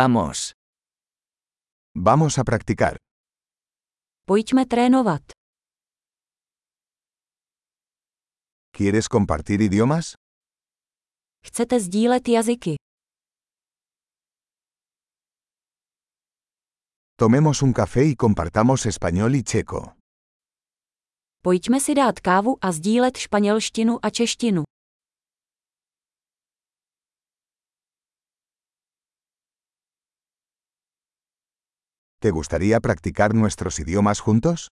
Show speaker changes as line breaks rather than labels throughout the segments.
Vamos.
Vamos a practicar.
Pojďme trénovat.
¿Quieres compartir idiomas?
Chcete sdílet jazyky.
Tomemos un café y compartamos español y checo.
Pojďme si dát kávu a sdílet španělštinu a češtinu.
¿Te gustaría practicar nuestros idiomas juntos?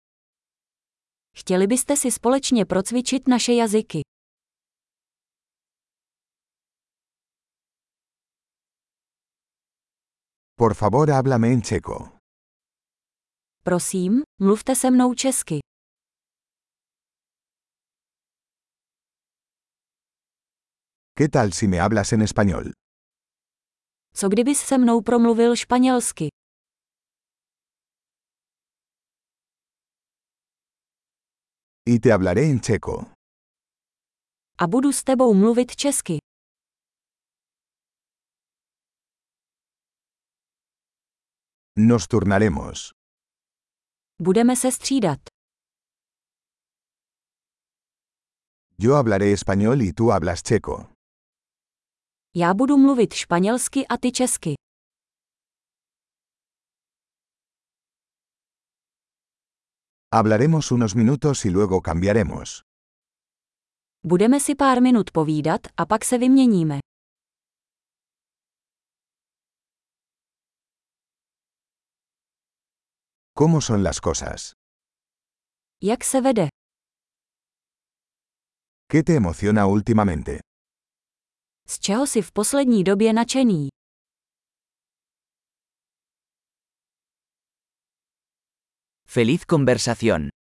Chtěli byste si společně procvičit naše jazyky.
Por favor, háblame en checo.
Prosím, mluvte se mnou česky.
¿Qué tal si me hablas en español?
Co kdybys se mnou promluvil španělsky?
Y te hablaré en checo.
A budu s tebou mluvit česky.
Nos turnaremos.
Budeme se střídat.
Yo hablaré español y tú hablas checo.
Já budu mluvit španělsky a ty česky.
Hablaremos unos minutos y luego cambiaremos.
Budeme si pár minut povídat a pak se vyměníme.
¿Cómo son las cosas?
Jak se vede?
¿Qué te emociona últimamente?
Z čeho si v poslední době nadšený?
Feliz conversación.